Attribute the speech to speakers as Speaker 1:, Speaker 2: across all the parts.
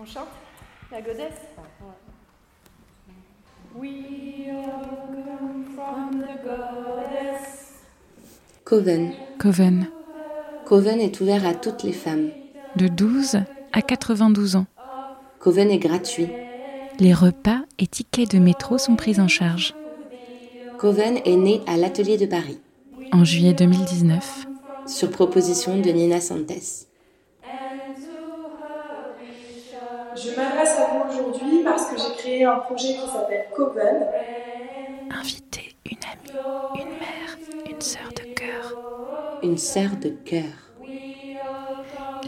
Speaker 1: On chante La godesse We all come from the goddess.
Speaker 2: Coven.
Speaker 3: Coven,
Speaker 2: Coven est ouvert à toutes les femmes.
Speaker 3: de 12 à 92 ans.
Speaker 2: Coven est gratuit.
Speaker 3: Les repas et tickets de métro sont pris en charge.
Speaker 2: Coven est né à l'atelier de Paris,
Speaker 3: En juillet 2019,
Speaker 2: sur proposition de Nina Santes.
Speaker 4: Je m'adresse à vous aujourd'hui parce que j'ai créé un projet qui s'appelle Coven.
Speaker 3: invitez une amie, une mère, une sœur de cœur.
Speaker 2: Une sœur de cœur.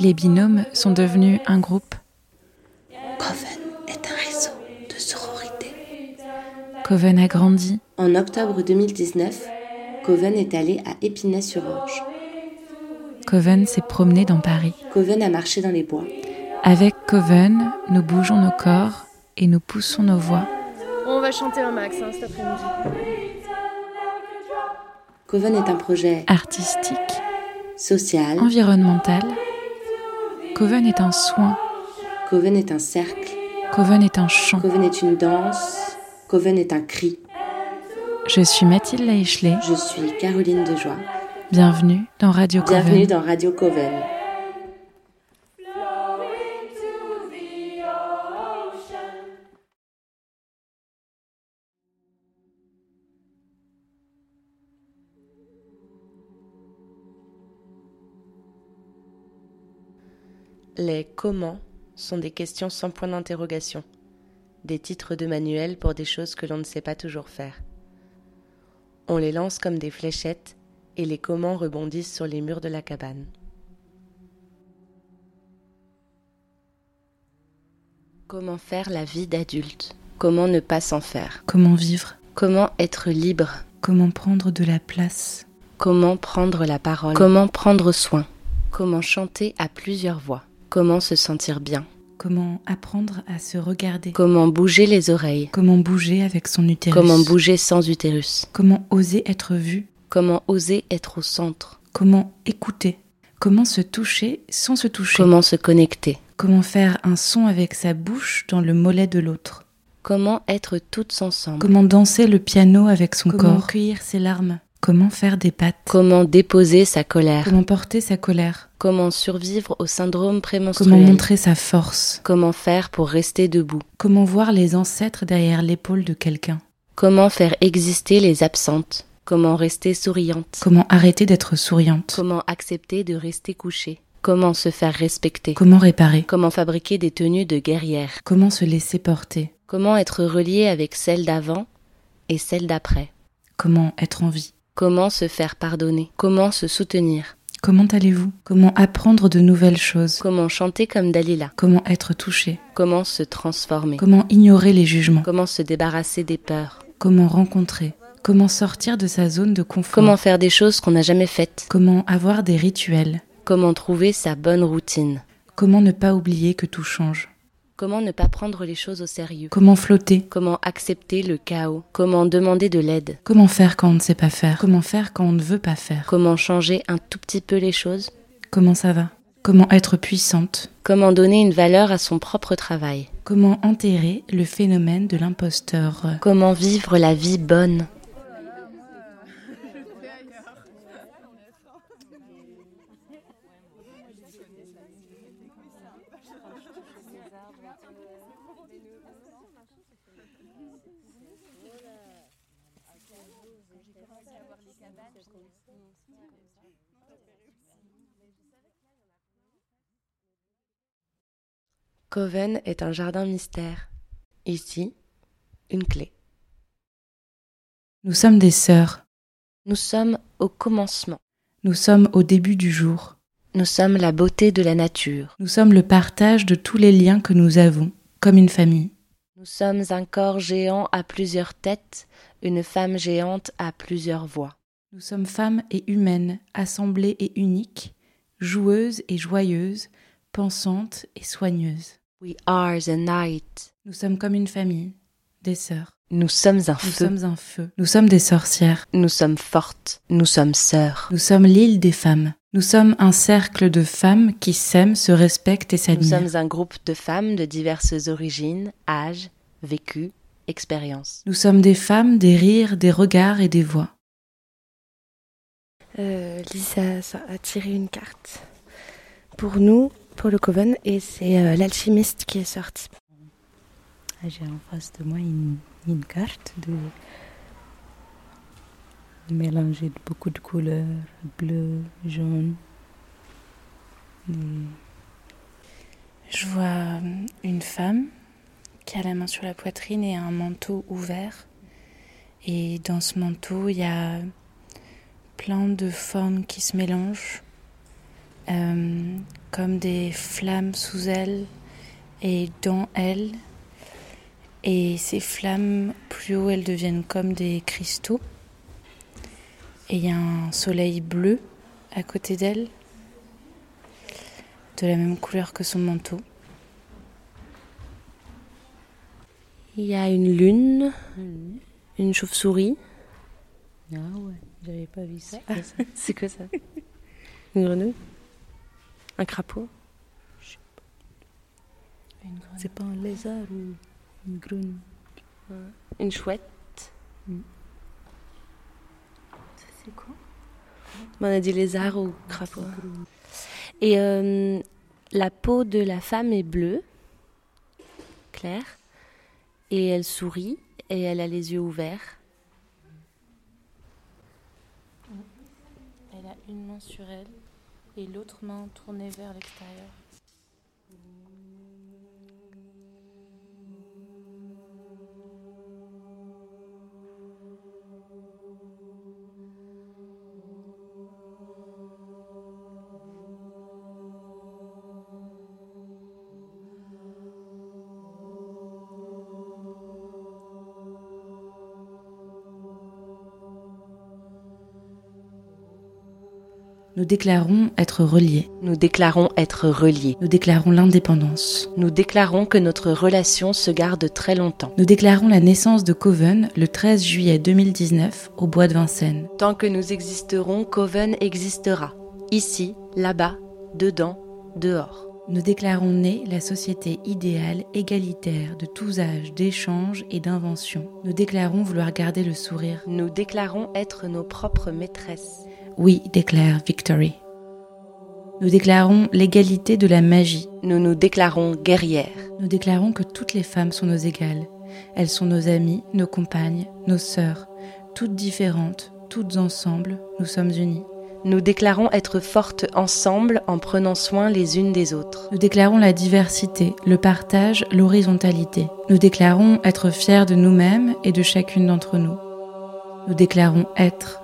Speaker 3: Les binômes sont devenus un groupe.
Speaker 2: Coven est un réseau de sororité.
Speaker 3: Coven a grandi.
Speaker 2: En octobre 2019, Coven est allé à Épinay-sur-Orge.
Speaker 3: Coven s'est promené dans Paris.
Speaker 2: Coven a marché dans les bois.
Speaker 3: Avec Coven, nous bougeons nos corps et nous poussons nos voix.
Speaker 1: On va chanter un max hein, cet après-midi.
Speaker 2: Coven est un projet
Speaker 3: Artistique,
Speaker 2: social.
Speaker 3: environnemental. Coven est un soin.
Speaker 2: Coven est un cercle.
Speaker 3: Coven est un chant.
Speaker 2: Coven est une danse. Coven est un cri.
Speaker 3: Je suis Mathilde Laichelet.
Speaker 2: Je suis Caroline Dejoie.
Speaker 3: Bienvenue dans Radio Coven.
Speaker 2: Bienvenue dans Radio Coven.
Speaker 5: Les comment sont des questions sans point d'interrogation, des titres de manuel pour des choses que l'on ne sait pas toujours faire. On les lance comme des fléchettes et les comment rebondissent sur les murs de la cabane. Comment faire la vie d'adulte Comment ne pas s'en faire
Speaker 3: Comment vivre
Speaker 5: Comment être libre
Speaker 3: Comment prendre de la place
Speaker 5: Comment prendre la parole Comment prendre soin Comment chanter à plusieurs voix Comment se sentir bien
Speaker 3: Comment apprendre à se regarder
Speaker 5: Comment bouger les oreilles
Speaker 3: Comment bouger avec son utérus
Speaker 5: Comment bouger sans utérus
Speaker 3: Comment oser être vu
Speaker 5: Comment oser être au centre
Speaker 3: Comment écouter Comment se toucher sans se toucher
Speaker 5: Comment se connecter
Speaker 3: Comment faire un son avec sa bouche dans le mollet de l'autre
Speaker 5: Comment être toutes ensemble
Speaker 3: Comment danser le piano avec son
Speaker 6: Comment
Speaker 3: corps cueillir ses larmes Comment faire des pattes
Speaker 5: Comment déposer sa colère
Speaker 3: Comment porter sa colère
Speaker 5: Comment survivre au syndrome
Speaker 3: Comment
Speaker 5: prémenstruel
Speaker 3: montrer sa force
Speaker 5: Comment faire pour rester debout
Speaker 3: Comment voir les ancêtres derrière l'épaule de quelqu'un
Speaker 5: Comment faire exister les absentes Comment rester souriante
Speaker 3: Comment arrêter d'être souriante
Speaker 5: Comment accepter de rester couchée Comment se faire respecter
Speaker 3: Comment réparer
Speaker 5: Comment fabriquer des tenues de guerrière
Speaker 3: Comment se laisser porter
Speaker 5: Comment être relié avec celle d'avant et celle d'après
Speaker 3: Comment être en vie
Speaker 5: Comment se faire pardonner Comment se soutenir
Speaker 3: Comment allez-vous Comment apprendre de nouvelles choses
Speaker 5: Comment chanter comme Dalila
Speaker 3: Comment être touché
Speaker 5: Comment se transformer
Speaker 3: Comment ignorer les jugements
Speaker 5: Comment se débarrasser des peurs
Speaker 3: Comment rencontrer Comment sortir de sa zone de confort
Speaker 5: Comment faire des choses qu'on n'a jamais faites
Speaker 3: Comment avoir des rituels
Speaker 5: Comment trouver sa bonne routine
Speaker 3: Comment ne pas oublier que tout change
Speaker 5: Comment ne pas prendre les choses au sérieux
Speaker 3: Comment flotter
Speaker 5: Comment accepter le chaos Comment demander de l'aide
Speaker 3: Comment faire quand on ne sait pas faire Comment faire quand on ne veut pas faire
Speaker 5: Comment changer un tout petit peu les choses
Speaker 3: Comment ça va Comment être puissante
Speaker 5: Comment donner une valeur à son propre travail
Speaker 3: Comment enterrer le phénomène de l'imposteur
Speaker 5: Comment vivre la vie bonne Coven est un jardin mystère. Ici, une clé.
Speaker 3: Nous sommes des sœurs.
Speaker 5: Nous sommes au commencement.
Speaker 3: Nous sommes au début du jour.
Speaker 5: Nous sommes la beauté de la nature.
Speaker 3: Nous sommes le partage de tous les liens que nous avons, comme une famille.
Speaker 5: Nous sommes un corps géant à plusieurs têtes, une femme géante à plusieurs voix.
Speaker 3: Nous sommes femmes et humaines, assemblées et uniques, joueuses et joyeuses, pensantes et soigneuses.
Speaker 5: We are the night.
Speaker 3: Nous sommes comme une famille, des sœurs.
Speaker 5: Nous sommes un
Speaker 3: Nous
Speaker 5: feu.
Speaker 3: sommes un feu. Nous sommes des sorcières.
Speaker 5: Nous sommes fortes. Nous sommes sœurs.
Speaker 3: Nous sommes l'île des femmes. Nous sommes un cercle de femmes qui s'aiment, se respectent et
Speaker 5: Nous
Speaker 3: s'admirent.
Speaker 5: sommes un groupe de femmes de diverses origines, âges, vécus, expériences.
Speaker 3: Nous sommes des femmes, des rires, des regards et des voix.
Speaker 6: Euh, Lisa ça a tiré une carte pour nous, pour le Coven, et c'est euh, l'alchimiste qui est sorti.
Speaker 7: Ah, J'ai en face de moi une, une carte de mélangée de beaucoup de couleurs, bleu, jaune.
Speaker 3: Je vois euh, une femme qui a la main sur la poitrine et un manteau ouvert. Et dans ce manteau, il y a plein de formes qui se mélangent, euh, comme des flammes sous elle et dans elle. Et ces flammes, plus haut, elles deviennent comme des cristaux. Et il y a un soleil bleu à côté d'elle, de la même couleur que son manteau.
Speaker 6: Il y a une lune, une chauve-souris,
Speaker 7: Ah ouais, j'avais pas vu ça.
Speaker 3: Ah.
Speaker 6: c'est quoi ça Une grenouille Un crapaud
Speaker 7: C'est pas un lézard ou une grenouille.
Speaker 6: Une chouette
Speaker 7: C'est quoi
Speaker 6: On a dit lézard ou crapaud. Et euh, la peau de la femme est bleue, claire, et elle sourit, et elle a les yeux ouverts.
Speaker 3: Elle a une main sur elle et l'autre main tournée vers l'extérieur. Nous déclarons être reliés.
Speaker 5: Nous déclarons être reliés.
Speaker 3: Nous déclarons l'indépendance.
Speaker 5: Nous déclarons que notre relation se garde très longtemps.
Speaker 3: Nous déclarons la naissance de Coven le 13 juillet 2019 au bois de Vincennes.
Speaker 5: Tant que nous existerons, Coven existera. Ici, là-bas, dedans, dehors.
Speaker 3: Nous déclarons née la société idéale, égalitaire, de tous âges, d'échanges et d'inventions. Nous déclarons vouloir garder le sourire.
Speaker 5: Nous déclarons être nos propres maîtresses.
Speaker 3: Oui, déclare Victory. Nous déclarons l'égalité de la magie.
Speaker 5: Nous nous déclarons guerrières.
Speaker 3: Nous déclarons que toutes les femmes sont nos égales. Elles sont nos amies, nos compagnes, nos sœurs. Toutes différentes, toutes ensemble, nous sommes unies.
Speaker 5: Nous déclarons être fortes ensemble en prenant soin les unes des autres.
Speaker 3: Nous déclarons la diversité, le partage, l'horizontalité. Nous déclarons être fiers de nous-mêmes et de chacune d'entre nous. Nous déclarons être.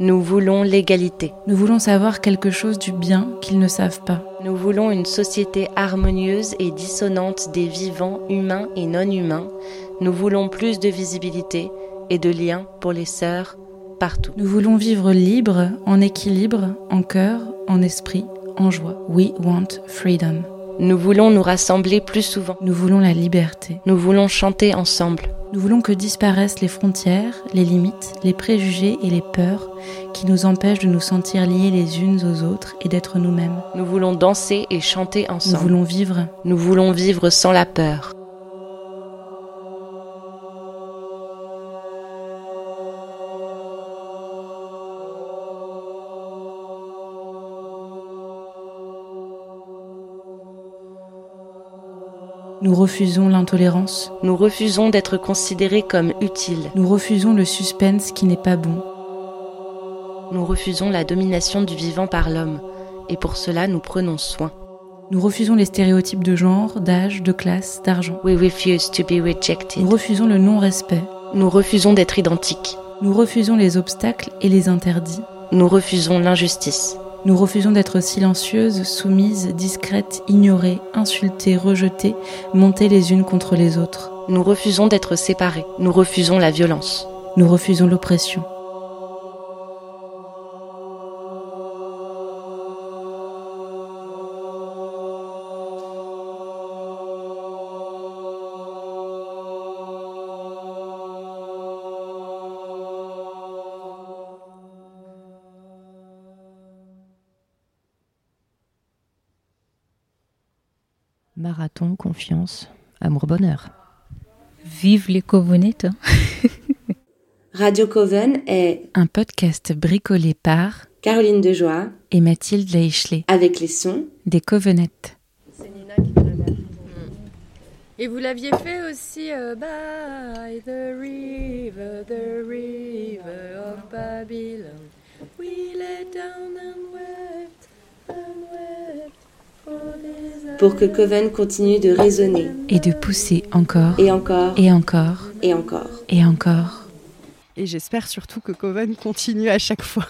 Speaker 5: Nous voulons l'égalité.
Speaker 3: Nous voulons savoir quelque chose du bien qu'ils ne savent pas.
Speaker 5: Nous voulons une société harmonieuse et dissonante des vivants humains et non humains. Nous voulons plus de visibilité et de liens pour les sœurs partout.
Speaker 3: Nous voulons vivre libre, en équilibre, en cœur, en esprit, en joie. We want freedom.
Speaker 5: Nous voulons nous rassembler plus souvent.
Speaker 3: Nous voulons la liberté.
Speaker 5: Nous voulons chanter ensemble.
Speaker 3: Nous voulons que disparaissent les frontières, les limites, les préjugés et les peurs qui nous empêchent de nous sentir liés les unes aux autres et d'être nous-mêmes.
Speaker 5: Nous voulons danser et chanter
Speaker 3: Nous
Speaker 5: ensemble.
Speaker 3: voulons vivre.
Speaker 5: Nous voulons vivre sans la peur.
Speaker 3: Nous refusons l'intolérance.
Speaker 5: Nous refusons d'être considérés comme utiles.
Speaker 3: Nous refusons le suspense qui n'est pas bon.
Speaker 5: Nous refusons la domination du vivant par l'homme. Et pour cela, nous prenons soin.
Speaker 3: Nous refusons les stéréotypes de genre, d'âge, de classe, d'argent.
Speaker 5: We refuse to be rejected.
Speaker 3: Nous refusons le non-respect.
Speaker 5: Nous refusons d'être identiques.
Speaker 3: Nous refusons les obstacles et les interdits.
Speaker 5: Nous refusons l'injustice.
Speaker 3: Nous refusons d'être silencieuses, soumises, discrètes, ignorées, insultées, rejetées, montées les unes contre les autres.
Speaker 5: Nous refusons d'être séparés. Nous refusons la violence.
Speaker 3: Nous refusons l'oppression.
Speaker 8: Marathon, confiance, amour-bonheur.
Speaker 9: Vive les Covenettes hein.
Speaker 5: Radio Coven est
Speaker 3: Un podcast bricolé par
Speaker 5: Caroline Dejoie
Speaker 3: et Mathilde Leichelet
Speaker 5: avec les sons.
Speaker 3: des Covenettes.
Speaker 1: C'est Nina qui fait la merde. Mm. Et vous l'aviez fait aussi euh, By the river, the river of Babylon We lay down and wept, and wept for desire.
Speaker 5: pour que Coven continue de résonner,
Speaker 3: Et de pousser encore,
Speaker 5: et encore,
Speaker 3: et encore,
Speaker 5: et encore.
Speaker 3: et encore.
Speaker 10: Et j'espère surtout que Coven continue à chaque fois